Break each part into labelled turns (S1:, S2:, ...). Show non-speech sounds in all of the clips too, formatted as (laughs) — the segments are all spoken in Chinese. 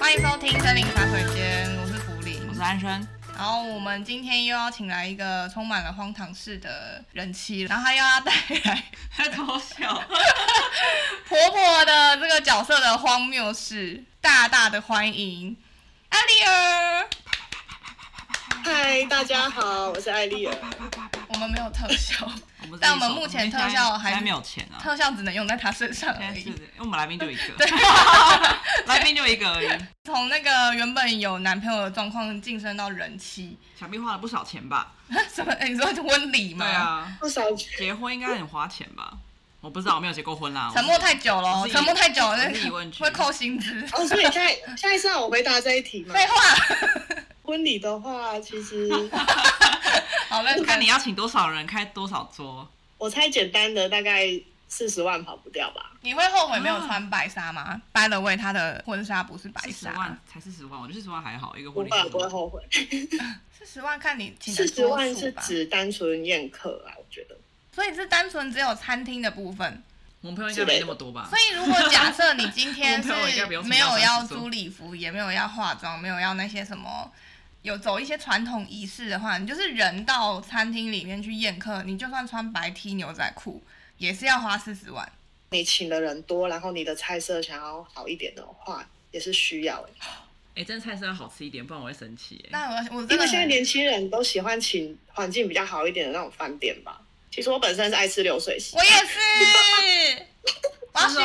S1: 欢迎收听森林茶水间，我是福林。
S2: 我是
S1: (laughs)
S2: 安生，
S1: 然后我们今天又要请来一个充满了荒唐事的人妻，然后她又要带来
S2: 在偷笑。
S1: (laughs) 婆婆的这个角色的荒谬事，大大的欢迎艾丽儿。
S3: 嗨，大家好，我是艾丽尔。
S1: 我们没有特效，
S2: 我们自己
S1: 但我们
S2: 手
S1: 目前
S2: 现在
S1: 特效还
S2: 现在没有钱啊，
S1: 特效只能用在她身上
S2: 现
S1: 而
S2: 在是
S1: 已。
S2: 因为我们来宾就一个，
S1: 对，
S2: 来宾就一个而已，
S1: 从那个原本有男朋友的状况晋升到人妻， (laughs)
S2: 想必花了不少钱吧？
S1: 什么？哎你说婚礼吗？
S2: 对啊，
S3: 不哦少
S2: 结婚应该很花钱吧？我不知道，我没有结过婚啦。
S1: 沉默太久
S2: 我
S1: 了，
S2: 是疑
S1: 沉默太久了，
S2: 我是疑问句
S1: 会扣薪资。
S3: 哦，
S1: (laughs)
S3: 所以现在现在是让我回答这一题吗？
S1: 废话，
S3: 婚礼的话，
S1: (laughs)
S3: 其实
S1: 好
S2: 我
S1: 认
S2: 是看你
S1: 真。
S2: 要请多少人，开多少桌，
S3: 我猜简单的大概四十万跑不掉吧。
S1: 你会后悔没有穿白纱吗？白了为她的婚纱不是白
S2: 嗯四十
S1: 纱
S2: 万，才四十万，我觉得四十万还好，一个
S3: 我
S2: 婚礼
S3: 爸不会
S2: 40万。
S3: 后悔。
S1: 四十万看你请的
S3: 四十万
S1: 桌数
S3: 是
S1: 吧
S3: 指单纯宴客啊，我觉得。
S1: 所以是单纯只有餐厅的部分。
S2: 我们朋友应该没那么多吧
S1: 所？以如果假设你今天
S2: (laughs) 我朋友应该
S1: 是
S2: 不用请
S1: 没有
S2: 到
S1: 要
S2: 30桌
S1: 租礼服，也没有要化妆，没有要那些什么。有走一些传统仪式的话，你就是人到餐厅里面去宴客，你就算穿白 T 牛仔裤，也是要花四十万。
S3: 你请的人多，然后你的菜色想要好一点的话，也是需要、欸。
S2: 哎，真的菜色要好吃一点，不然我会生气。哎，
S1: 那我我真的
S3: 因为现在
S1: 很
S3: 年轻人都喜欢请环境比较好一点的那种饭店吧。其实我本身是爱吃流水席
S1: 我，也
S3: (laughs)
S1: 是，我要许
S2: 流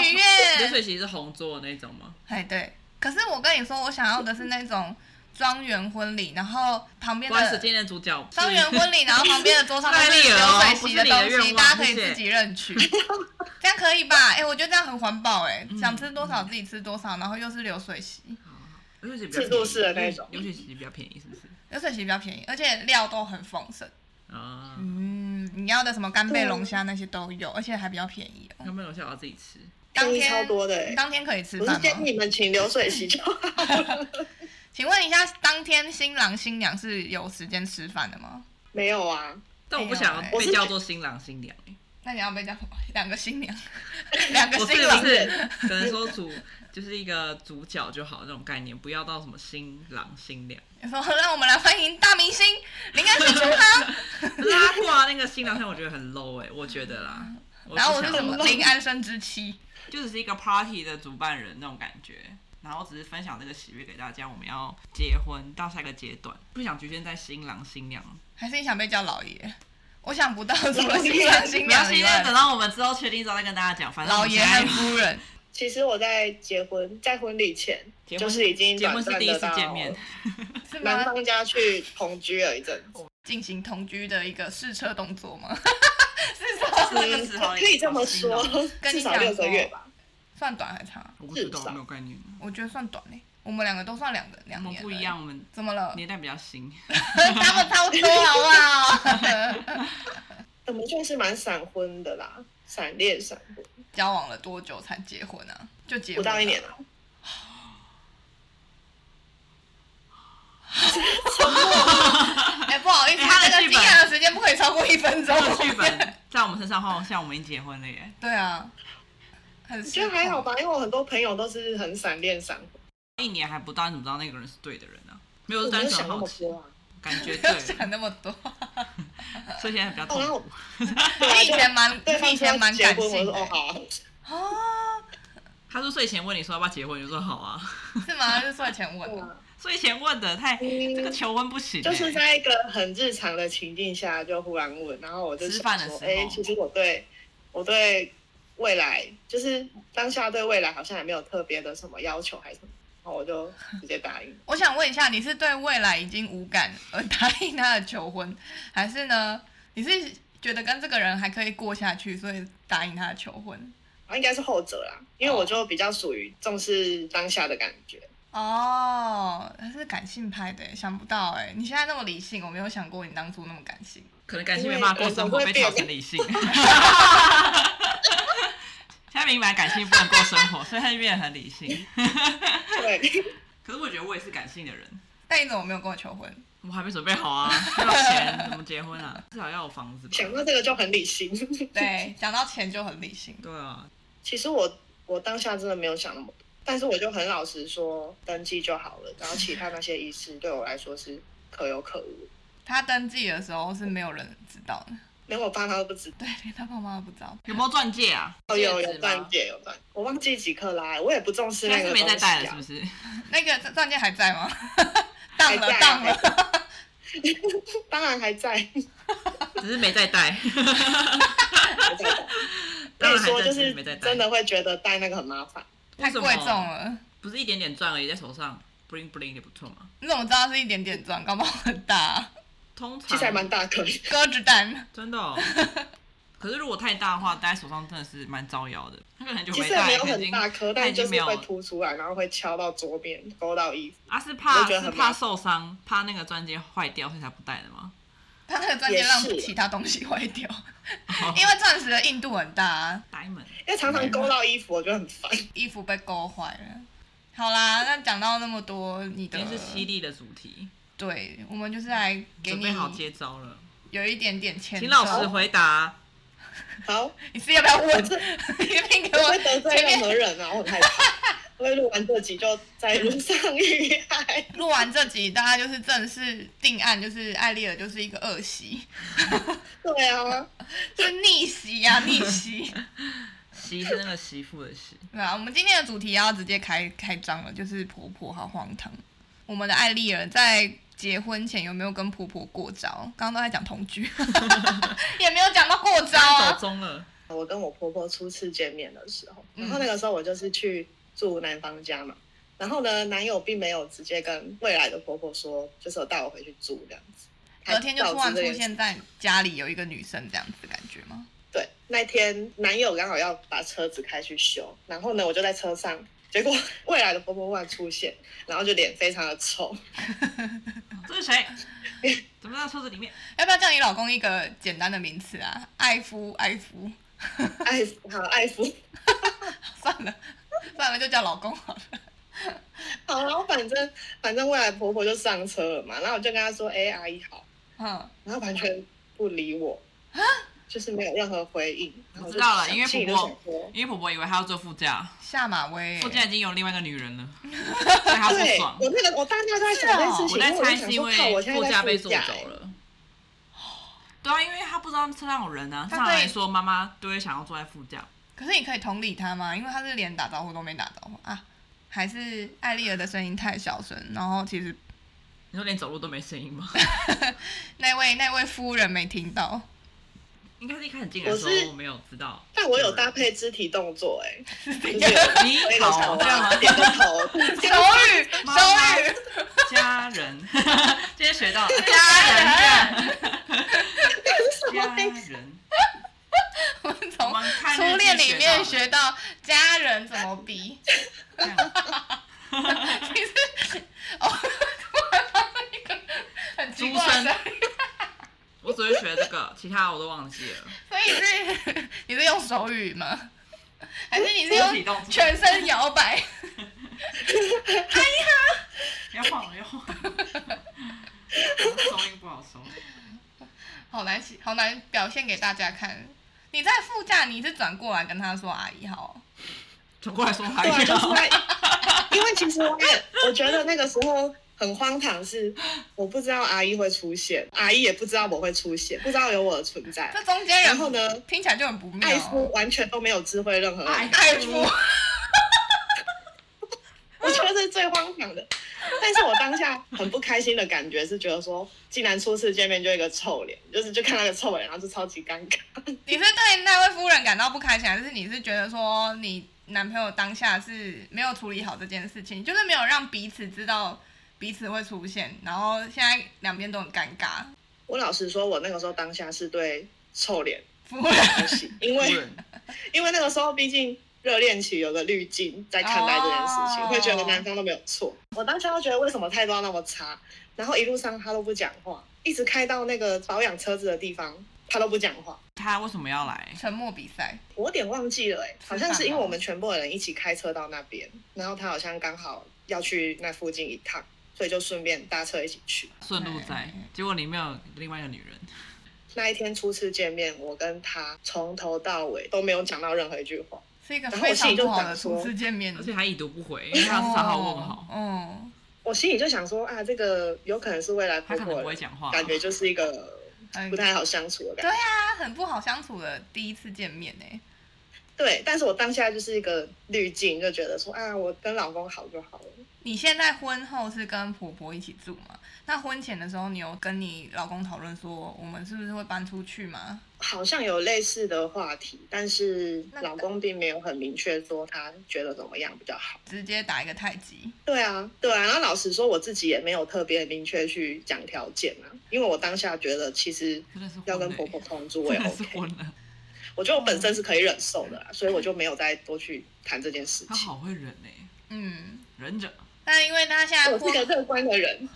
S1: 愿。
S2: 水席是红桌的那种吗？
S1: 哎，对，可是我跟你说，我想要的是那种庄园婚礼，然后旁边
S2: 不好意思，
S1: 的
S2: 今天的主角是
S1: 庄园婚礼，然后旁边的桌上都是流水席
S2: 太厉害了哦不是
S1: 东
S2: 你的
S1: 西，
S2: 愿望
S1: 大家可以
S2: 谢谢
S1: 自己认
S2: (laughs)
S1: 取，这样可以吧？哎，我觉得这样很环保，哎，
S2: 嗯
S1: 想吃多少自己吃多少，然后又是流水席，
S2: 流水席比较
S3: 自助式的那种
S2: 流水席比较便宜是不是？
S1: 流水席比较便宜，而且料都很丰盛。
S2: 啊，
S1: 嗯，你要的什么干贝
S3: 对
S1: 龙虾那些都有，而且还比较便宜哦。
S2: 那没有下我要自己吃，
S1: 当
S3: 便宜
S1: 天
S3: 超多的、欸。
S1: 当天可以吃
S3: 我是
S1: 饭
S3: 建议
S1: 吗？
S3: 你们请流水席就好。 (laughs)
S1: 请问一下，当天新郎新娘是有时间吃饭的吗？
S3: 没有啊，
S2: 但我不想
S1: 哎
S2: 要被叫做新郎新娘、欸，
S1: 那你要被叫什么？两个新 (laughs) 娘，两个
S2: 我是
S1: 新
S2: 不
S1: 郎。
S2: 是 (laughs) 可能说主就是一个主角就好那种概念，不要到什么新郎新娘，
S1: 你说，让我们来欢迎大明星林安新出 (laughs) 场。
S2: 拉挂那个新郎新娘我觉得很 low 哎、我觉
S1: (laughs)
S2: 得啦，我
S1: 然后我
S2: 不
S1: 是
S2: 想
S1: 什么林安生之妻。
S2: (laughs) 就只是一个 party 的主办人那种感觉。然后只是分享这个喜悦给大家，我们要结婚到下一个阶段，不想局限在新郎新娘。
S1: 还是你想被叫老爷？我想不到除了新郎新
S2: 没关
S1: 娘
S2: 系，
S1: 以
S2: 那
S1: 外
S2: 等，到我们之后确定之后再跟大家讲。反正我
S1: 老
S2: 们
S1: 爷
S2: 现在
S1: 和夫人。
S3: 其实我在结婚，在婚礼前
S2: 结婚
S3: 就是已经
S2: 结
S3: 短
S2: 婚是
S3: 暂
S2: 第一
S3: 的
S2: 次
S3: 到
S2: 见面，
S1: 是
S3: 男
S1: 吗？
S3: 方家去同居了一阵子，
S1: 进行同居的一个试车动作吗？
S2: 是那个时候
S3: 可以这么说， (laughs)
S1: 跟你
S3: 至
S1: 讲过
S3: 少六个月吧。
S1: 算短还长？
S2: 我不知道
S3: 至，少
S2: 没有概念。
S1: 我觉得算短嘞、欸我们两个都算两个
S2: 我
S1: 两
S2: 们
S1: 年。欸
S2: 不一。样，我们
S1: 怎么了？
S2: 年代比较 (laughs) 新。
S1: 他们 (laughs) 差不多好不好？
S3: 我们算是蛮闪婚的啦，闪恋闪婚，
S1: (laughs) 交往了多久才结婚啊？就结婚
S3: 不到一年
S1: 了。
S3: 啊。
S1: (laughs) 哎、不好意思，
S2: 哎他的
S1: 这个
S2: 剧
S1: 惊
S2: 本
S1: 讶的时间不可以超过一分钟
S2: 这。个剧本在我们身上画像，我们已经结婚了耶。
S1: (laughs) 对啊，很
S3: 我觉得
S1: 失
S3: 还好
S1: 控。
S3: 吧，因为我很多朋友都是很闪恋闪婚，
S2: 一年还不到，你怎么知道那个人是对的人呢、没有
S3: 我
S2: 是
S3: 没
S2: 单
S3: 有
S2: 纯
S3: 想那
S2: 好
S3: 么
S2: 奇
S3: 多，啊。
S2: 感觉
S1: 不
S3: (laughs)
S1: 要
S2: 对，
S1: 想那么多。
S2: 所以现在比较
S3: 哦，
S2: 痛
S3: 然后
S2: 苦。
S3: 对啊
S1: 你以前蛮，
S3: 对方
S1: 你以前蛮
S3: 说要
S1: 感
S3: 结婚，我
S1: 性
S3: 说
S1: 的、
S3: 哦好啊，
S1: 哦，
S2: 他说睡前问你说要不要结婚，你就说好啊。
S1: 是吗？是睡前问
S3: 对
S1: 的。。
S3: 啊
S2: 睡前问的太
S3: 嗯
S2: 这个求婚不 (laughs) 行耶，
S3: 就是在一个很日常的情境下就忽然问，然后我就
S2: 吃
S3: 想
S2: 饭的
S3: 说，
S2: 时
S3: 哎、
S2: 候
S3: 其实我对我对未来，就是当下对未来好像也没有特别的什么要求还是什么，然后我就直接答应了
S1: 我想问一下，你是对未来已经无感而答应他的求婚，还是呢？你是觉得跟这个人还可以过下去，所以答应他的求婚？
S3: 然后应该是后者啦，因为
S2: 哦
S3: 我就比较属于重视当下的感觉。
S1: 哦，还是感性派的耶，想不到哎，你现在那么理性，我没有想过你当初那么感性。
S2: 可能感性没办法过生活，
S3: 因
S2: 被
S3: 为
S2: 调成理
S3: (laughs)
S2: 性。现在明白感性不能过生活，所以他就变得很理性。
S3: 对，
S2: (laughs) 可是我觉得我也是感性的人，
S1: 但你怎么没有跟我求婚？
S2: 我还没准备好啊， (laughs) 没有钱怎么结婚啊？至少要有房子吧。
S3: 想到这个就很理性。
S1: 对，讲到钱就很理性。
S2: 对啊，
S3: 其实我我当下真的没有想那么多，但是我就很老实说，登记就好了，然后其他那些仪式对我来说是可有可无。
S1: 他登记的时候是没有人知道的，
S3: 连我爸妈都不知道。
S1: (laughs) 对，连他爸妈都不知道。
S2: 有没有钻戒啊？
S3: 哦，有
S2: 戒
S3: 有
S2: 指吗
S3: 断戒有断，我忘记几克拉，我也不重
S2: 现
S3: 视那
S2: 在
S3: 个
S2: 是
S3: 东西、
S2: 没
S3: 啊。
S2: 在戴了，是不是？
S1: 那个钻钻戒还在吗？ (laughs) 当
S3: 还
S1: 了
S3: 在啊
S1: 当
S3: 还
S1: 了，
S3: (laughs) 当然还在。
S2: 只是没在
S3: (laughs)
S2: 戴。
S3: 还在戴
S2: (laughs) 当
S3: 跟你
S2: 然还
S3: 说，
S2: 在，只
S3: 就是
S2: 是没在戴。
S3: 真的会觉得戴那个很麻烦。
S1: 太
S2: (laughs) 为什么
S1: 贵重了。
S2: 不是一点点钻而已，在手上 bling bling 也不错嘛。
S1: 你怎么知道是一点点钻？搞不好很大、啊，
S2: 通常
S3: 其实还蛮大颗的，
S1: 鸽子蛋。
S2: 真的、
S3: (laughs)
S2: 哦。可是如果太大的话，戴在手上真的是蛮招摇的。那个很久
S3: 其
S2: 没
S3: 实也没
S2: 戴，
S3: 有
S2: 肯
S3: 很
S2: 定
S3: 大颗，
S2: 他
S3: 但
S2: 已
S3: 就
S2: 经
S3: 是
S2: 没有
S3: 会凸出来，然后会敲到桌面，勾到衣服。
S2: 啊，是
S3: 我
S2: 怕
S3: 觉得
S2: 是
S3: 很
S2: 怕
S3: 麻
S2: 受伤，怕那个钻戒坏掉，所以才不戴的吗？
S1: 他那个钻戒
S3: 也是
S1: 让其他东西坏掉，(laughs)
S2: 哦
S1: 因为钻石的硬度很大、啊，
S2: Diamond
S3: 因为常常勾到衣服，我觉得很烦。
S1: 衣服被勾坏了。好啦，那讲到那么多，你
S2: 今
S1: 的
S2: 天
S3: 呃
S2: 是犀利的主题，
S1: 对，我们就是来给
S2: 准
S1: 你
S2: 备好接招了，
S1: 有一点点钱。
S2: 请老师回答。 (laughs)
S3: 好，
S1: 你是要不要
S3: 我
S1: 问？ (laughs)
S3: 这
S1: 你一定给
S3: 我
S1: 我
S3: 会得罪
S1: 前
S3: 任
S1: 面
S3: 何人啊，我很害怕。我会录完这集就在路上遇害。
S1: 录完这集，大家就是正式定案，就是艾丽尔就是一个恶习，
S3: 对啊，
S1: 就是逆袭呀、逆袭。
S2: 媳是那个媳妇的媳，
S1: 对啊，我们今天的主题要直接开开张了，就是婆婆好荒唐。我们的艾丽儿在结婚前有没有跟婆婆过招？刚刚都在讲同居， (laughs) 也没有讲到过招
S2: 走
S1: 啊。
S2: 中了，
S3: 我跟我婆婆初次见面的时候，
S1: 嗯
S3: 然后那个时候我就是去住男方家嘛，然后呢，男友并没有直接跟未来的婆婆说，就是有带我回去住这样子。
S1: 隔天就突然
S3: 他告知这
S1: 出
S3: 件事
S1: 现在家里有一个女生这样子的感觉吗？
S3: 对，那天男友刚好要把车子开去修，然后呢，我就在车上，结果 (laughs) 未来的婆婆忽然出现，然后就脸非常的臭，
S2: 这是谁？
S3: (laughs)
S2: 怎么在车子里面？
S1: 要不要叫你老公一个简单的名词啊？艾夫，艾夫，
S3: 爱夫好爱夫
S1: 算了，算了，就叫老公好了。
S3: 好，然后反正反正未来婆婆就上车了嘛，然后我就跟她说，哎、阿姨好，
S1: 嗯，
S3: 然后完全不理我，就是没有任何回应，然
S2: 啊
S3: 后
S2: 我
S3: 就
S2: 知道了因为
S3: 生气
S2: 婆
S3: 就
S2: 婆
S3: 想说，
S2: 因为婆婆以为她要坐副驾，
S1: 下马威、
S2: 副驾已经有另外一个女人
S3: (laughs)
S2: 了，所以她不
S3: 对
S2: 爽。哦
S3: 我那个我当下就在想这件事
S2: 我
S3: 情，
S2: 在
S3: 因
S2: 猜
S3: 为就想
S2: 是因
S3: 说，靠，
S2: 为
S3: 我现
S2: 副
S3: 在
S2: 驾
S3: 在
S2: 被
S3: 副
S2: 坐
S3: 驾、
S2: 走
S3: 欸
S2: 了。对啊，因为他不知道车上有人啊。
S1: 他
S2: 上来
S1: 对
S2: 说，妈妈都会想要坐在副驾。
S1: 可是你可以同理他吗？因为他是连打招呼都没打招呼啊，还是艾丽儿的声音太小声，然后其实
S2: 你说连走路都没声音
S3: (laughs)
S2: 吗？
S1: 那位那位夫人没听到，
S2: 应该是一开始进来的时
S3: 我是
S2: 候我没有知道。
S3: 但我有搭配肢体动作、
S2: (laughs)
S3: 欸，哎，就是
S2: 你
S3: 挥个
S2: 好
S3: 手
S2: 这样吗
S3: 啊，？点
S2: (laughs)
S3: 个头，
S1: 手语
S2: 妈
S1: 手语，
S2: 家人， (laughs) 今天学
S3: (laughs)
S2: 到家人，啊家人。
S1: 我们
S2: 我
S1: (laughs) 从
S2: 们看日
S1: 初
S2: 剧
S1: 恋里面
S2: 学
S1: 学到家人怎么比。
S2: 到了这样
S1: (laughs) 其实哦， (laughs) 突然发生一个很奇怪的声音，
S2: 我只会学这个，其他我都忘记了。
S1: 所以是 (laughs) 你是用手语吗？还是你是
S2: 肢体
S1: 用
S2: 动作
S1: 全身摇摆？
S2: (laughs) 不要晃了，要晃了。 (laughs) 我收音不好收。
S1: 好难写好难表现给大家看。你在副驾，你是转过来跟他说“阿姨好
S2: 转过来说还
S3: 对啊，就是
S2: 要。
S3: 在，因为其实我也我觉得那个时候很荒唐是，我不知道阿姨会出现，阿姨也不知道我会出现，不知道有我的存”，在
S1: 这。中间
S3: 然
S1: 人
S3: 后呢，哎
S1: 听起来就很不妙。
S3: 艾夫完全都没有知会任何
S2: 哎
S3: 人，
S1: 爱夫，
S3: (laughs) 我觉得这是最荒唐的。但是我当下很不开心的感觉是觉得说，竟然初次见面就一个臭脸，就是就看那个臭脸，然后就超级尴尬。
S1: 你是对那位夫人感到不开心，还是你是觉得说你男朋友当下是没有处理好这件事情，就是没有让彼此知道彼此会出现，然后现在两边都很尴尬。
S3: 我老实说，我那个时候当下是对臭脸
S1: 夫人，
S3: 不行，因为。因为那个时候毕竟热恋期有个滤镜在看待这件事情
S1: 哦
S3: 会觉得男方都没有错。我当时就觉得为什么态度要那么差，然后一路上他都不讲话，一直开到那个保养车子的地方，他都不讲话。
S2: 他为什么要来？
S1: 沉默比赛，
S3: 我有点忘记了、欸，好像是因为我们全部的人一起开车到那边，然后他好像刚好要去那附近一趟，所以就顺便搭车一起去。
S2: 顺路在，结果里面有另外一个女人。
S3: 那一天初次见面，我跟他从头到尾都没有讲到任何一句话，
S1: 是一个
S3: 然后
S1: 非
S3: 我心
S1: 常
S3: 里就
S1: 不好
S3: 想
S1: 的初
S3: 说
S1: 次见面，
S2: 而且还已读不回，因为他是打好问号，
S1: 嗯，
S3: 我心里就想说啊，这个有可能是未来
S2: 他
S3: 婆
S2: 可能
S3: 婆
S2: 不会讲话，
S3: 感觉就是一个
S1: 很
S3: 不太好相处的感觉。
S1: 对啊，很不好相处的第一次见面欸呢、
S3: 对，但是我当下就是一个滤镜，就觉得说啊，我跟老公好就好了。
S1: 你现在婚后是跟婆婆一起住吗？那婚前的时候，你有跟你老公讨论说我们是不是会搬出去吗？
S3: 好像有类似的话题，但是
S1: 那
S3: 老公并没有很明确说他觉得怎么样比较好。
S1: 直接打一个太极，
S3: 对啊，对啊。然后老实说，我自己也没有特别明确去讲条件啊，因为我当下觉得其实
S2: 真的是
S3: 要
S2: 昏了
S3: 跟
S1: 哦
S2: 欸，
S3: 婆婆同住我也
S2: 真的是
S3: OK，
S2: 昏了，
S3: 我觉得我本身是可以忍受的啦，所以我就没有再多去谈这件事
S2: 他
S3: 情。
S2: 好会忍哎、
S1: 嗯，
S2: 忍者，
S1: 但因为他现在
S3: 我是
S1: 婚
S3: 哦个乐观的人，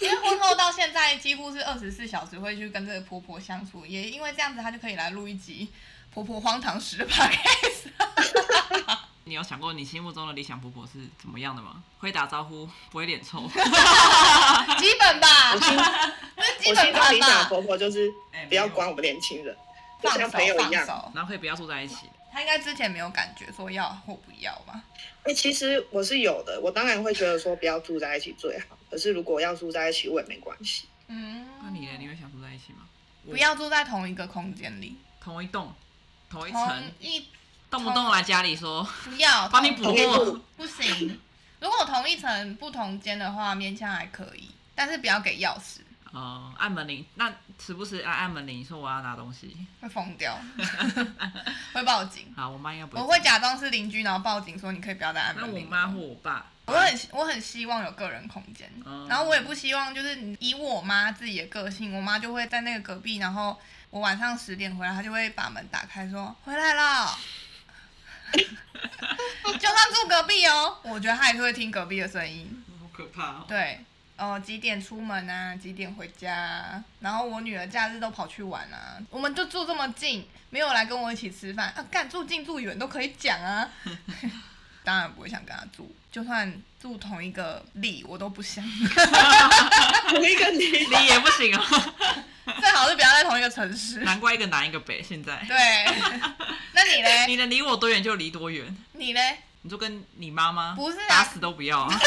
S1: 因为婚后到现在几乎是二十四小时会去跟这个婆婆相处，也因为这样子，她就可以来录一集婆婆荒唐史吧。
S2: 你有想过你心目中的理想婆婆是怎么样的吗？会打招呼，不会脸臭，
S3: (laughs)
S1: 基本吧，
S3: 我心
S1: 这基
S3: 我心
S1: 本
S3: 中
S1: 盘
S3: 理想的啊
S1: 吧，
S3: 婆婆就是
S2: 哎
S3: (laughs) 不要管我们年轻人，就
S1: 放
S3: 像
S1: 手
S3: 朋友一
S1: 放
S3: 样。
S1: 手。
S2: 然后可以不要住在一起。
S1: 她应该之前没有感觉说要或不要吧？
S3: 哎、其实我是有的，我当然会觉得说不要住在一起最好。可是如果要住在一起，我也没关系。
S2: 那你呢？你
S1: 嗯，
S2: 会想住在一起吗？
S1: 不要住在同一个空间里，
S2: 同一栋，同一
S1: 同
S2: 层，
S1: 一
S2: 动不动来家里说
S1: 不要
S2: 帮你
S1: 同
S2: 补
S3: 同一
S2: 货
S3: 栋，
S1: 不行。如果同一层不同间的话，勉强还可以，但是不要给钥匙，
S2: 呃，按门铃，那时不时按按门铃，说我要拿东西。
S1: 会疯
S2: (laughs)
S1: 掉，会报警。
S2: 好，我妈应该不会。
S1: 我会。假装是邻居，然后报警说你可以不要再按
S2: 那
S1: 门
S2: 我
S1: 铃。
S2: 妈或我爸，
S1: 我很我很希望有个人空间，
S2: 嗯
S1: 然后我也不希望就是你以我妈自己的个性，我妈就会在那个隔壁，然后我晚上十点回来，她就会把门打开说回来了。
S2: (laughs)
S1: 就算住隔壁哦，我觉得她还是会听隔壁的声音。
S2: 好可怕哦。
S1: 对，呃，几点出门啊？几点回家、啊？然后我女儿假日都跑去玩啊。我们就住这么近，没有来跟我一起吃饭啊？干住近住远都可以讲啊。 (laughs) 当然不会想跟她住，就算住同一个里，我都不想。
S3: 同一个你，
S1: (laughs)
S2: 你也不行哦，
S1: 最好是不要在同一个城市。
S2: (laughs) 难怪一个南一个北。现在
S1: 对，那你嘞？
S2: 你能离我多远就离多远，
S1: 你嘞？
S2: 你就跟你妈妈
S1: 不是啊
S2: 打死都不要啊， (laughs)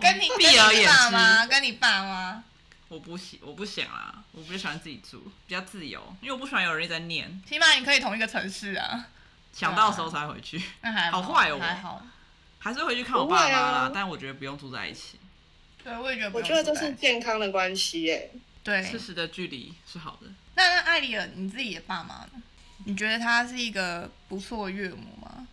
S1: 跟你
S2: 避而
S1: 跟你
S2: 远
S1: 爸
S2: 之。
S1: 妈，跟你爸妈。
S2: 我不喜，我不想啦，我比较喜欢自己住，比较自由，因为我不喜欢有人一直在念，
S1: 起码你可以同一个城市啊，
S2: 想到的时候才回去，
S1: 那还
S2: 好坏哦
S1: 还好。
S2: 还是会回去看我爸妈啦，
S3: 不会啊
S2: 但我觉得不用住在一起，
S1: 对，我也觉得不
S3: 我
S1: 用
S3: 觉得
S1: 住
S3: 这
S1: 在
S3: 是
S1: 一起
S3: 健康的关系耶、
S1: 对，
S2: 适时的距离是好的。
S1: 那那艾丽尔，你自己的爸妈呢？你觉得他是一个不错的岳母吗？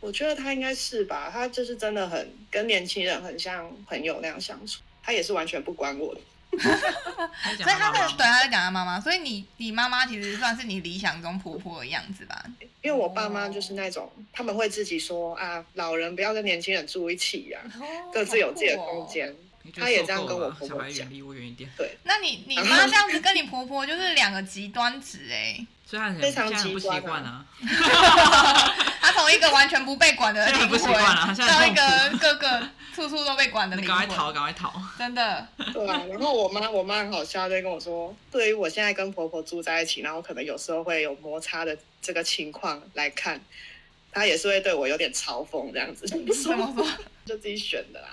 S3: 我觉得他应该是吧，他就是真的很跟年轻人很像朋友那样相处，他也是完全不管我的。
S2: 所以
S1: 所以他在对他在讲他妈妈，所以你你妈妈其实算是你理想中婆婆的样子吧？
S3: 因为我爸妈就是那种，他们会自己说啊，老人不要跟年轻人住一起呀、各自有自己的空。
S1: 哦
S3: 间。他也这样跟我婆婆
S2: 小孩远
S3: 讲
S2: 离我远一点，
S1: 那你你妈这样子跟你婆婆就是两个极端值哎、
S2: 所以他很
S3: 非常
S2: 现在很不习
S3: 极端啊
S2: 惯啊，
S1: 她从一个完全不被管的灵
S2: 现在 (laughs) 不习
S1: 魂
S2: 惯了现在
S1: 到一
S2: 很
S1: 个
S2: 痛
S1: 各个处处都被管的
S2: 你
S1: 灵
S2: 赶快逃，
S1: 魂，
S2: 赶快
S3: (laughs)
S2: 逃！
S1: 真的。
S3: 对啊，然后我妈，我妈很好笑，她就跟我说，对于我现在跟婆婆住在一起，然后可能有时候会有摩擦的这个情况来看，她也是会对我有点嘲讽这样子，
S1: 怎么
S3: (laughs)
S1: 说
S3: 就自己选的啦。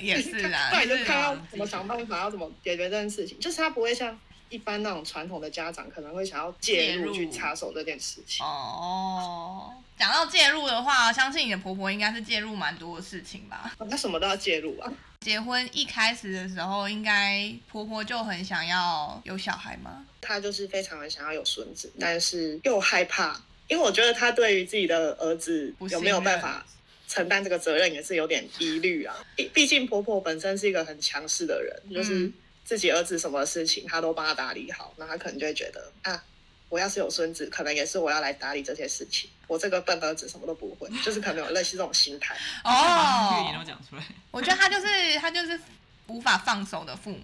S1: 也是
S3: (laughs)
S1: 啊，
S3: 那你就
S1: 就是
S3: 看要怎么想办法，要怎么解决这件事情，就是她不会像一般那种传统的家长可能会想要介
S2: 介
S3: 入
S2: 入
S3: 去插手这件事情。
S1: 哦。讲到介入的话，相信你的婆婆应该是介入蛮多的事情吧？
S3: 她哦什么都要介入啊，
S1: 结婚一开始的时候，应该婆婆就很想要有小孩吗？
S3: 她就是非常的想要有孙子，但是又害怕，因为我觉得她对于自己的儿子
S1: 不信
S3: 有
S1: 任
S3: 没有办法承担这个责任也是有点疑虑啊。毕毕竟婆婆本身是一个很强势的人，就是
S1: 嗯
S3: 自己儿子什么事情她都帮他打理好，那她可能就会觉得啊。我要是有孙子，可能也是我要来打理这些事情。我这个笨儿子什么都不会，就是可能有类似这种心态。
S2: 把你都
S1: 哦，
S2: 讲出来，
S1: 我觉得她就是她就是无法放手的父母。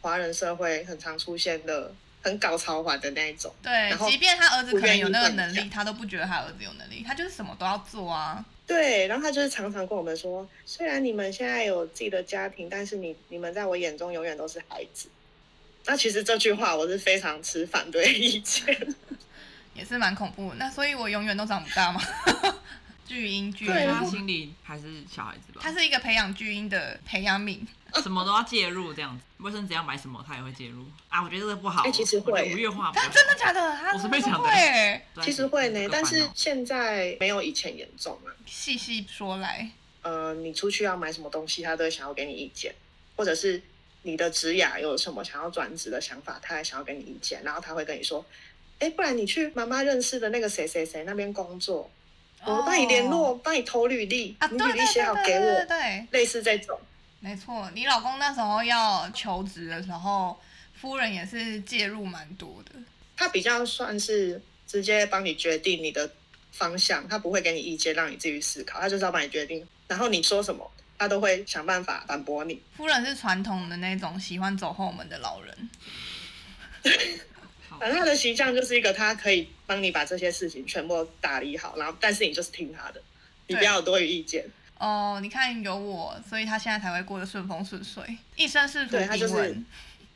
S3: 华人社会很常出现的很搞潮玩的那一种，
S1: 对
S3: 然，后
S1: 即便她儿子可能有那个
S3: 不愿意放
S1: 能力，
S3: 下
S1: 她都不觉得她儿子有能力，她就是什么都要做啊。
S3: 对，然后他就是常常跟我们说，虽然你们现在有自己的家庭，但是你你们在我眼中永远都是孩子。那其实这句话我是非常持反对意见，
S1: 也是蛮恐怖的。那所以我永远都长不大吗？ (laughs) 巨婴，巨
S3: 对啊
S1: 婴，
S2: 他心里还是小孩子吧，
S1: 它是一个培养巨婴的培养皿。
S2: 什么都要介入这样子，卫生纸要买什么他也会介入啊，我觉得这个不好，
S3: 哎其实会
S2: 我觉得五月花不
S1: 他
S2: 好
S1: 真的假的？他
S2: 我是
S1: 什么
S2: 被
S1: 都
S2: 抢的
S1: 会
S3: (laughs) 其实会呢
S2: 这，个烦
S3: 但
S2: 恼
S1: 哦
S3: 是现在没有以前严重了、
S1: 细细说来，
S3: 呃，你出去要买什么东西，他都会想要给你意见，或者是你的职涯有什么想要转职的想法，他也想要给你意见，然后他会跟你说，哎，不然你去妈妈认识的那个谁谁谁那边工作，我帮你联络，
S1: 哦
S3: 帮你投履历，
S1: 啊，
S3: 你
S1: 对对
S3: 履历
S1: 对
S3: 写
S1: 对
S3: 好
S1: 对
S3: 给
S1: 对对
S3: 我，
S1: 对，
S3: 类似这种。
S1: 没错。你老公那时候要求职的时候，夫人也是介入蛮多的。
S3: 他比较算是直接帮你决定你的方向，他不会给你意见让你自己思考，他就是要帮你决定，然后你说什么，他都会想办法反驳你。
S1: 夫人是传统的那种喜欢走后门的老人，
S2: 好
S3: 反正他的形象就是一个他可以帮你把这些事情全部打理好，然后但是你就是听他的，你不要有多余意见。
S1: 哦，你看有我，所以他现在才会过得顺风顺水，一生仕途
S3: 对他就
S1: 平
S3: 是啊
S1: 稳。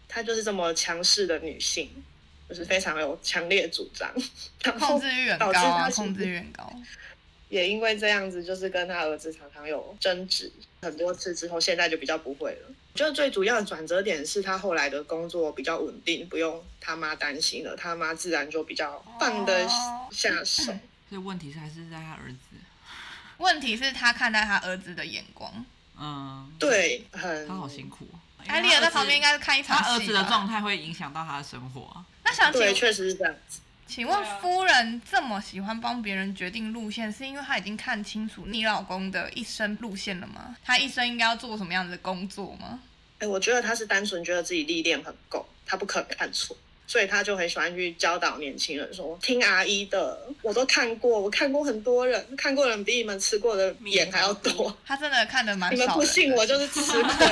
S3: 她就是这么强势的女性，就是非常有强烈主张，然后
S1: 控制欲很
S3: 导致
S1: 高啊，
S3: 他是
S1: 控制欲很高。
S3: 也因为这样子，就是跟他儿子常常有争执很多次之后，现在就比较不会了。就最主要的转折点是他后来的工作比较稳定，不用他妈担心了，他妈自然就比较放得
S1: 哦
S3: 下手。
S2: 所以问题是还是在他儿子，
S1: 问题是，他看待他儿子的眼光，
S2: 嗯，，
S3: 对，很
S2: 他好辛苦、哦。
S1: 艾丽尔在旁边应该是看一场
S2: 他儿
S1: 戏
S2: 子的
S1: 吧
S2: 状态会影响到他的生活啊、
S1: 那想请
S3: 对，确实是这样子。
S1: 请问
S2: 对啊
S1: 夫人这么喜欢帮别人决定路线，是因为她已经看清楚你老公的一生路线了吗？他一生应该要做什么样子的工作吗？
S3: 哎，我觉得他是单纯觉得自己历练很够，他不可能看错。所以他就很喜欢去教导年轻人说：“听阿姨的，我都看过，我看过很多人，看过人比你们吃过的盐还要多。
S1: 他真的看的蛮
S3: 你们
S1: 少
S3: 不
S1: 人
S3: 信
S1: 的
S3: 我就是吃
S2: (laughs)
S3: 亏。”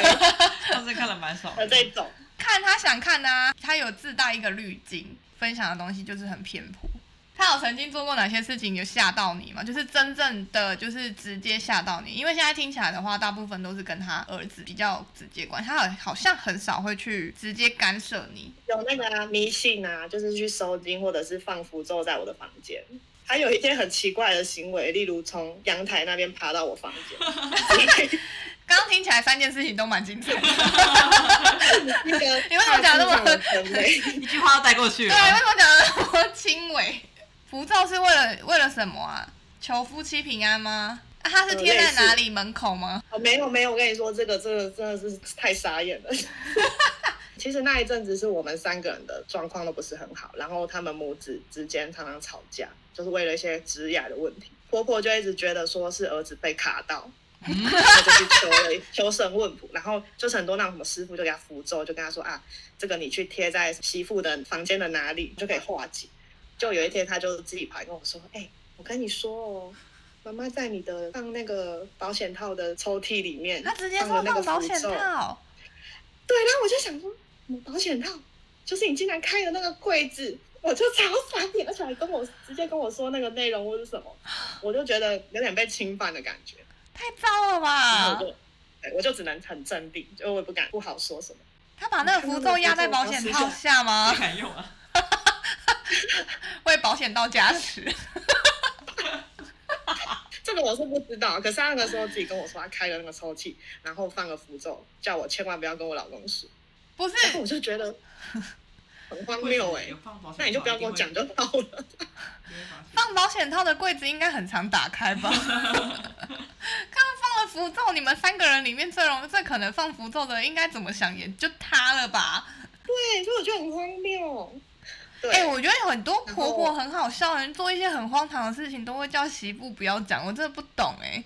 S2: 他是看了蛮少
S3: 的
S2: 的。
S3: (laughs) 这种。
S1: 看他想看的、啊，他有自带一个滤镜，分享的东西就是很偏颇。他有曾经做过哪些事情有吓到你吗？就是真正的，就是直接吓到你。因为现在听起来的话，大部分都是跟他儿子比较直接关系，他好好像很少会去直接干涉你。
S3: 有那个、啊、迷信啊，就是去收金或者是放符咒在我的房间。还有一些很奇怪的行为，例如从阳台那边爬到我房
S1: (laughs)
S3: 间，
S1: 刚刚听起来三件事情都蛮精彩的。
S3: 那个
S1: 你为什么讲那么
S3: 大致上的分类
S2: 一句话都带过去
S1: (laughs)
S2: 了
S1: 对，。为什么讲的那么轻微？符咒是为了为了什么啊？求夫妻平安吗？啊，它
S3: 呃
S1: 是贴在哪里？门口吗？
S3: 哦，没有没有，我跟你说，这个这个真的是太傻眼了。其实那一阵子是我们三个人的状况都不是很好，然后他们母子之间常常吵架，就是为了一些职涯的问题。婆婆就一直觉得说是儿子被卡到，
S1: 嗯
S3: 然后就去求了求神问卜，然后就是很多那种什么师傅就给他符咒，就跟他说啊，这个你去贴在媳妇的房间的哪里就可以化解。就有一天，他就自己跑来跟我说：“哎、我跟你说哦，妈妈在你的放那个保险套的抽屉里面，
S1: 他直接
S3: 放了
S1: 说
S3: 那
S1: 到
S3: 个
S1: 保
S3: 符
S1: 险
S3: 咒
S1: 套，
S3: 对，然后我就想说，什么保险套？就是你竟然开了那个柜子，我就超傻眼，而且还跟我直接跟我说那个内容或是什么，我就觉得有点被侵犯的感觉。
S1: 太糟了
S2: 啊
S3: 然后
S1: 吧
S3: 我！就，嗯对我就只能很镇定，就我也不敢不好说什么。
S1: 他把那个符咒压在保险套下吗 (laughs)
S2: 不？敢用啊，
S1: 为保险套加持。
S3: 这个我是不知道，可是他那个时候自己跟我说，他开了那个抽屉，然后放个符咒，叫我千万不要跟我老公说。
S1: 不是，
S3: 然后我就觉得很荒谬哎、
S2: 有放保险套
S3: 那你就不要跟我讲。就好了。
S2: 一
S3: (laughs)
S2: 定
S1: 放
S2: 会发现
S1: 保险套的柜子应该很常打开吧？ (laughs) 看放了符咒，你们三个人里面最容最可能放符咒的，应该怎么想也就他了吧？
S3: 对，所以我觉得很荒谬。对，
S1: 哎、我觉得有很多
S3: 然
S1: 婆
S3: 后
S1: 婆很好笑，人做一些很荒唐的事情都会叫媳妇不要讲，我真的不懂哎、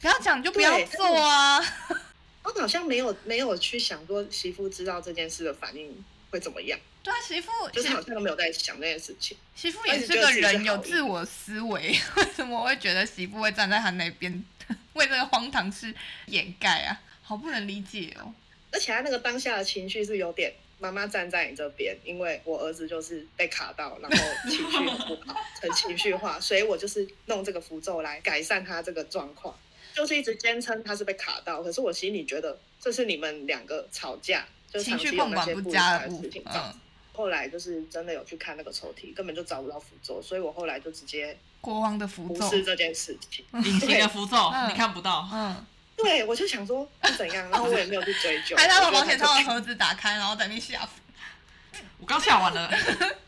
S1: 不要讲就不要
S3: 对但
S1: 做啊！
S3: 我好像没有没有去想过媳妇知道这件事的反应会怎么样，
S1: 对啊，媳妇
S3: 就是好
S1: 媳
S3: 像都没有在想这件事情。
S1: 媳妇
S3: 她
S1: 也
S3: 一直
S1: 是
S3: 觉得
S1: 个
S3: 自己
S1: 人，
S3: 是
S1: 有
S3: 好
S1: 自
S3: 意
S1: 我思维，为什么我会觉得媳妇会站在她那边 (laughs) 为这个荒唐事掩盖啊？好不能理解哦。
S3: 而且他那个当下的情绪是有点。妈妈站在你这边，因为我儿子就是被卡到，然后情绪很
S1: (laughs)
S3: 不好，很情绪化，所以我就是弄这个符咒来改善他这个状况，就是一直坚称他是被卡到，可是我心里觉得这是你们两个吵架，就是
S1: 情
S3: 长期
S1: 绪
S3: 有
S1: 控
S3: 那
S1: 管
S3: 些
S1: 不
S3: 不愉
S1: 佳
S3: 快
S1: 的
S3: 的
S1: 部
S3: 事
S1: 分
S3: 情，造成
S1: 嗯，
S3: 后来就是真的有去看那个抽屉，根本就找不到符咒，所以我后来就直接
S1: 国王的符
S3: 无
S1: 咒，
S3: 视这件事情。
S2: (laughs) 隐形的符咒
S1: 嗯
S2: 你看不到，
S1: 嗯，
S3: 对，我就想说是
S2: (laughs)
S3: 怎样，然后我也没有去追究。
S1: 还是他把
S3: 我觉
S1: 保
S3: 得
S1: 险
S3: 他
S1: 套的
S3: 就
S1: 盒子打开，然后在那边下符，
S2: 我刚下完了，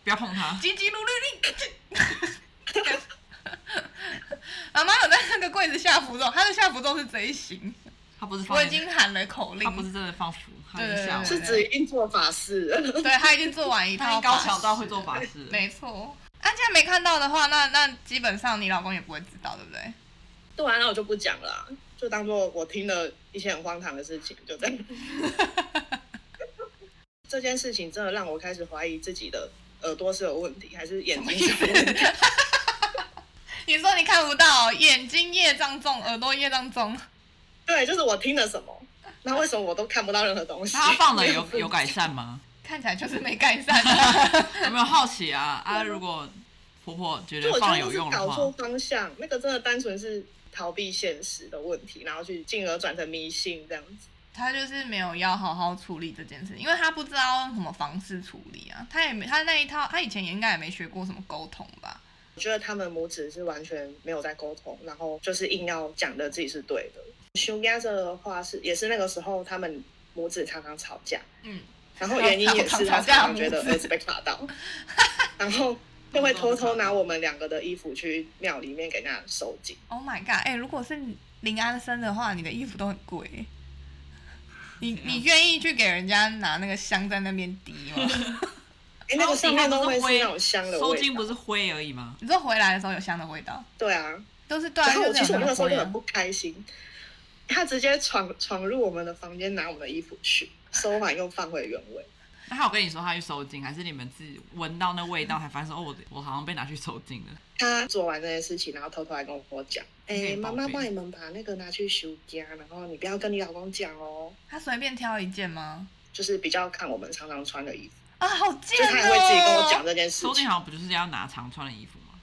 S2: 不要碰它。
S1: 叽叽噜噜噜。这样妈妈有在那个柜子下符咒，她的下符咒是贼行，
S2: 它不是放啊
S1: 我已经喊了口
S2: 它不是
S1: 令，
S2: 真的放符，它
S1: 对
S2: 是下完。
S1: 对
S3: 是指一定做法事 (laughs) 了。
S1: 对她已经做完一
S2: (laughs) 它已
S1: 套
S2: 经高
S1: 法
S2: 强到会
S1: 事
S2: 做法事，
S1: 没错。那、既然没看到的话，那那基本上你老公也不会知道，对不对？
S3: 对啊，那我就不讲了啊、就当做我听了一些很荒唐的事情，就这样。
S2: (laughs)
S3: 这件事情真的让我开始怀疑自己的耳朵是有问题，还是眼睛是有
S2: (laughs)
S3: 问题？
S1: 你说你看不到，眼睛业障重，耳朵业障重，
S3: 对，就是我听了什么，那为什么我都看不到任何东西？
S2: 那它放了
S3: 没
S2: 有有改善吗？
S1: 看起来就是没改
S2: (laughs)
S1: 善、啊。
S2: 有没有好奇啊？啊，如果婆婆觉
S3: 就
S2: 得
S3: 我
S2: 放了
S3: 觉得
S2: 有
S3: 是
S2: 用的
S3: 搞
S2: 话，
S3: 错方向，那个真的单纯是逃避现实的问题，然后去进而转成迷信这样子。
S1: 他就是没有要好好处理这件事，因为他不知道用什么方式处理啊。他也没他那一套，他以前也应该也没学过什么沟通吧？
S3: 我觉得他们母子是完全没有在沟通，然后就是硬要讲的自己是对的。修 g a 的话是也是那个时候他们母子常常吵架，
S1: 嗯，
S3: 然后原因也是他常常觉得儿子被卡到，然后就会偷偷拿我们两个的衣服去庙里面给人家收紧。
S1: Oh my god！哎、如果是林安生的话，你的衣服都很贵欸。你
S2: 怎样
S1: 你愿意去给人家拿那个香在那边滴吗？
S2: (laughs)
S3: 哎，那个上面都会是
S2: 灰
S3: 那种香的
S2: 收
S3: 味
S2: 金不
S3: 道。
S2: 是灰而已吗？
S1: 你说回来的时候有香的味道，
S3: 对啊，
S1: 都是对啊，
S3: 然后
S1: 就
S3: 我
S1: 是
S3: 其
S1: 有
S3: 实我那
S1: 香
S3: 个时候
S1: 灰
S3: 就
S1: 啊
S3: 很。不开心，他直接闯闯入我们的房间拿我们的衣服去收完又放回原位。
S2: 那他有跟你说他去收金，还是你们自己闻到那味道才发现说，哦，我我好像被拿去收金了？
S3: 他做完这件事情，然后偷偷来跟我讲：“
S2: 可
S3: 哎、
S2: 以报
S3: 妈妈
S2: 备
S3: 帮你们把那个拿去修家，然后你不要跟你老公讲哦，
S1: 他随便挑一件吗？
S3: 就是比较看我们常常穿的衣服。
S1: 啊，好
S3: 就
S1: 贱
S3: 是
S1: 哦！
S3: 他也会自己跟我讲这件事
S2: 收金
S3: 情。
S2: 好像不就是要拿常穿的衣服吗？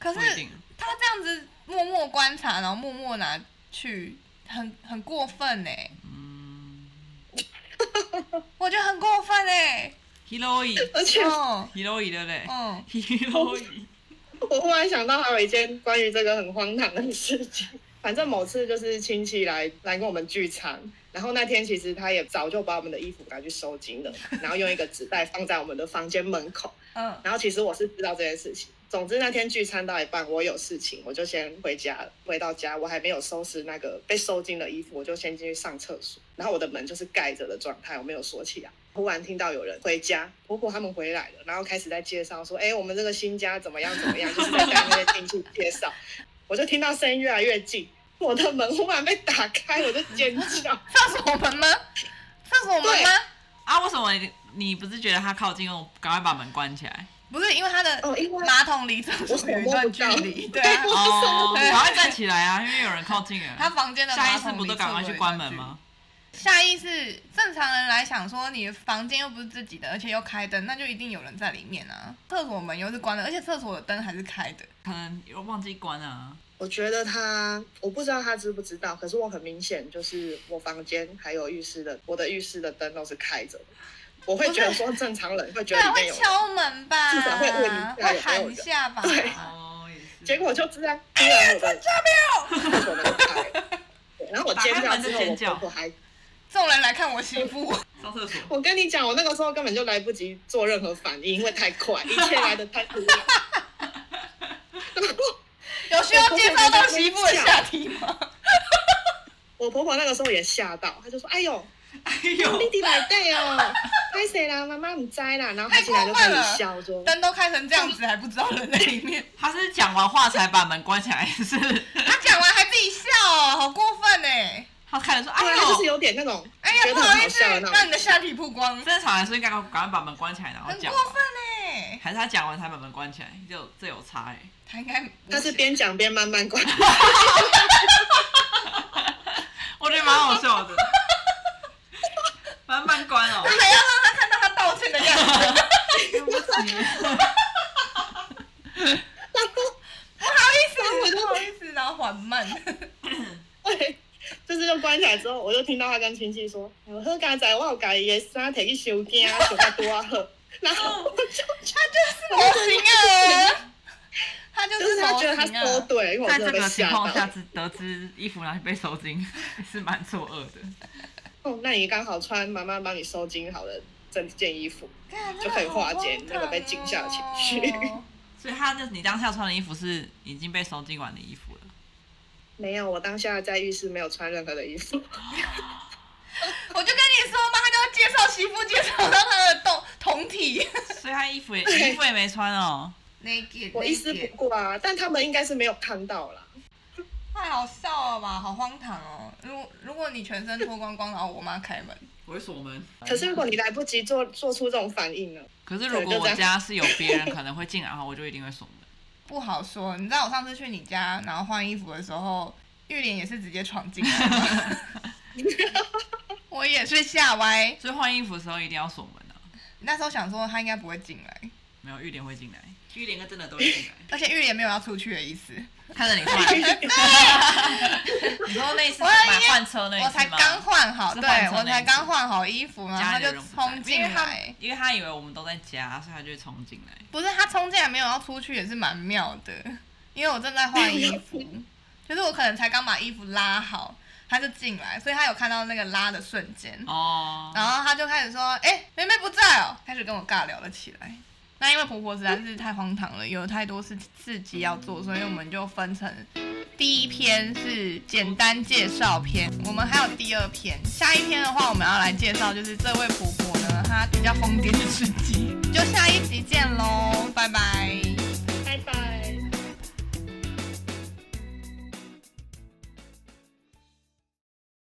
S1: 可
S2: 不一
S1: 是
S2: 定，
S1: 他这样子默默观察，然后默默拿去，很很过分哎、
S2: 嗯
S1: 我觉得很过分哎、
S2: ，Hiroi
S3: 而且
S1: 嗯
S2: Hiroi 对不对
S1: 嗯，
S2: (laughs) ？Hiroi
S3: 我忽然想到，还有一件关于这个很荒唐的事情。 (laughs) 反正某次就是亲戚来来跟我们聚餐，然后那天其实他也早就把我们的衣服拿去收金了，然后用一个纸袋放在我们的房间门口。
S1: 嗯，
S3: 然后其实我是知道这件事情。总之那天聚餐到一半，我有事情，我就先回家了。回到家，我还没有收拾那个被收进的衣服，我就先进去上厕所。然后我的门就是盖着的状态，我没有锁起来。忽然听到有人回家，婆婆他们回来了，然后开始在介绍说：“哎，我们这个新家怎么样怎么样，就是在带那些亲戚介绍。”我就听到声音越来越近，我的门忽然被打开，我就尖叫。
S1: 上是我们吗？上是我们吗？
S2: 啊，为什么你你不是觉得他靠近我，赶快把门关起来？
S1: 不是，因为他的
S3: 哦，因为
S1: 马桶离厕所有一段距
S3: (laughs)
S1: 离，对啊，
S2: 哦，
S1: 对
S2: 赶快站起来啊，因为有人靠近
S1: 他
S2: 了。
S1: 房间的
S2: 下
S1: 马
S2: 意识
S1: 桶
S2: 不
S1: 离
S2: 都
S1: 厕所有一段距离
S2: 赶快去关门吗？？
S1: 下意识，正常人来想说，你的房间又不是自己的，而且又开灯，那就一定有人在里面啊。厕所门又是关的，而且厕所的灯还是开的。
S2: 可能又忘记关啊。
S3: 我觉得他，我不知道他知不知道，可是我很明显就是我房间还有浴室的，我的浴室的灯都是开着的。我会觉得说正常人会觉
S1: 对
S3: 得
S1: 啊，
S3: 里面
S1: 会
S3: 有人，
S1: 敲门吧，
S3: 至少会问一下有没有人
S1: 喊一下吧。
S3: 对
S2: 哦，也是。
S3: 结果就这样，突然我的
S1: 哦
S3: 厕所门开了，对然后我尖叫之
S2: 打开门
S3: 后，
S2: 就
S3: 我
S2: 尖叫
S3: 婆婆还，
S1: 众人来看我媳
S3: (laughs)
S1: 妇，
S2: 上厕所。
S3: 我跟你讲，我那个时候根本就来不及做任何反应，因为太快，一切来的太突然。然后
S1: 有需要介绍到媳妇的下体
S3: (laughs)
S1: 吗？
S3: 我婆婆那个时候也吓到，她就说：“哎呦，
S2: 哎
S3: 弟
S2: 呦，
S3: 弟来
S1: (laughs)
S3: 对哦，拍谁啦？妈妈唔知啦。”然后她进来就开始笑说：“
S1: 灯都开成这样子，还不知道人在里面。
S2: 他是讲完话才把门关起来，是？ (laughs)
S1: 他讲完还自己笑哦，好过分哎！
S2: 他看着说：“哎
S3: 对啊，他就是
S2: 呦，
S3: 有点那种
S1: 哎
S3: 觉
S1: 呀，
S3: 得
S1: 不
S3: 很
S1: 好
S3: 好
S1: 意思，
S3: 笑的那
S1: 让你
S3: 种。
S1: 的下体曝光，很
S2: 正常来说应该赶快把门关起来，然后
S1: 过
S2: 讲吧。
S1: 分哎！
S2: 还是他讲完才把门关起来，这有这有差哎、
S1: 他应该
S3: 他是边讲边慢慢关，
S2: 我觉得蛮好笑的。慢慢关哦，
S1: 还要让他看到他道歉的样子。
S2: 对不起。
S1: 不好意思，然后缓慢。
S3: 对，就是就关起来之啊后，我就听到他跟亲戚说：“哎我喝咖仔，我有家己的衫摕去收惊，想较多好。”然后我就觉
S1: 头型啊，他就
S3: 得，就是
S1: 是
S3: 他
S1: 头
S3: 觉得他
S1: 型
S3: 说
S1: 啊。
S3: 对，因为我
S2: 在
S3: 真
S2: 这
S3: 的被
S2: 个情
S3: 吓
S2: 况下
S3: 到。
S2: 知得知衣服拿去被收金 (laughs) 是蛮错愕的。
S3: 哦，那你刚好穿妈妈帮你收金好的这件衣服，
S1: 干
S3: 就可以化解你那个被惊吓的情绪。
S1: 真的好荒唐哦
S2: 所以他那你当下穿的衣服是已经被收进完的衣服了。
S3: 没有，我当下在浴室没有穿任何的衣服，
S1: 我就跟你说嘛，他就要介绍媳妇，介绍到他的动同体。
S2: 所以他衣服也衣服也没穿哦，
S1: naked，
S3: 我一丝不
S1: naked
S3: 挂啊。但他们应该是没有看到啦。
S1: 太好笑了吧，好荒唐哦！如如果你全身脱光光，然后我妈开门，
S2: 我会锁门。
S3: 可是如果你来不及做做出这种反应呢？
S2: 可是如果我家是有别人可能会进来的话，我就一定会锁门。
S1: 不好说。你知道我上次去你家，然后换衣服的时候，玉莲也是直接闯进来吗，
S2: (laughs)
S1: 我也是吓歪。
S2: 所以换衣服的时候一定要锁门啊，
S1: 那时候想说她应该不会进来，
S2: 没有玉莲会进来，玉莲跟真的都会进来，
S1: 而且玉莲没有要出去的意思。
S2: (laughs) 看着你
S3: (laughs)
S2: 换。你说那一次
S1: 我
S2: 买换车那一
S1: 我
S2: 次
S1: 才
S2: 吗？
S1: 刚换好，
S2: 是
S1: 对
S2: 换成
S1: 我
S2: 那
S1: 才
S2: 一次
S1: 刚换好衣服，然后
S2: 家
S1: 她
S2: 里的
S1: 就
S2: 人不在
S1: 冲进
S2: 因为他
S1: 来。
S2: 因为他以为我们都在家，所以他就会冲进来。
S1: 不是他冲进来没有要出去也是蛮妙的，因为我正在换衣
S2: (laughs)
S1: 服，就是我可能才刚把衣服拉好，他就进来，所以他有看到那个拉的瞬间，
S2: 哦，
S1: 然后他就开始说：“哎、妹妹不在哦。”开始跟我尬聊了起来。那因为婆婆实在是太荒唐了，有太多事事迹要做，所以我们就分成第一篇是简单介绍篇，我们还有第二篇。下一篇的话，我们要来介绍就是这位婆婆呢，她比较疯癫的事迹。就下一集见喽，拜拜。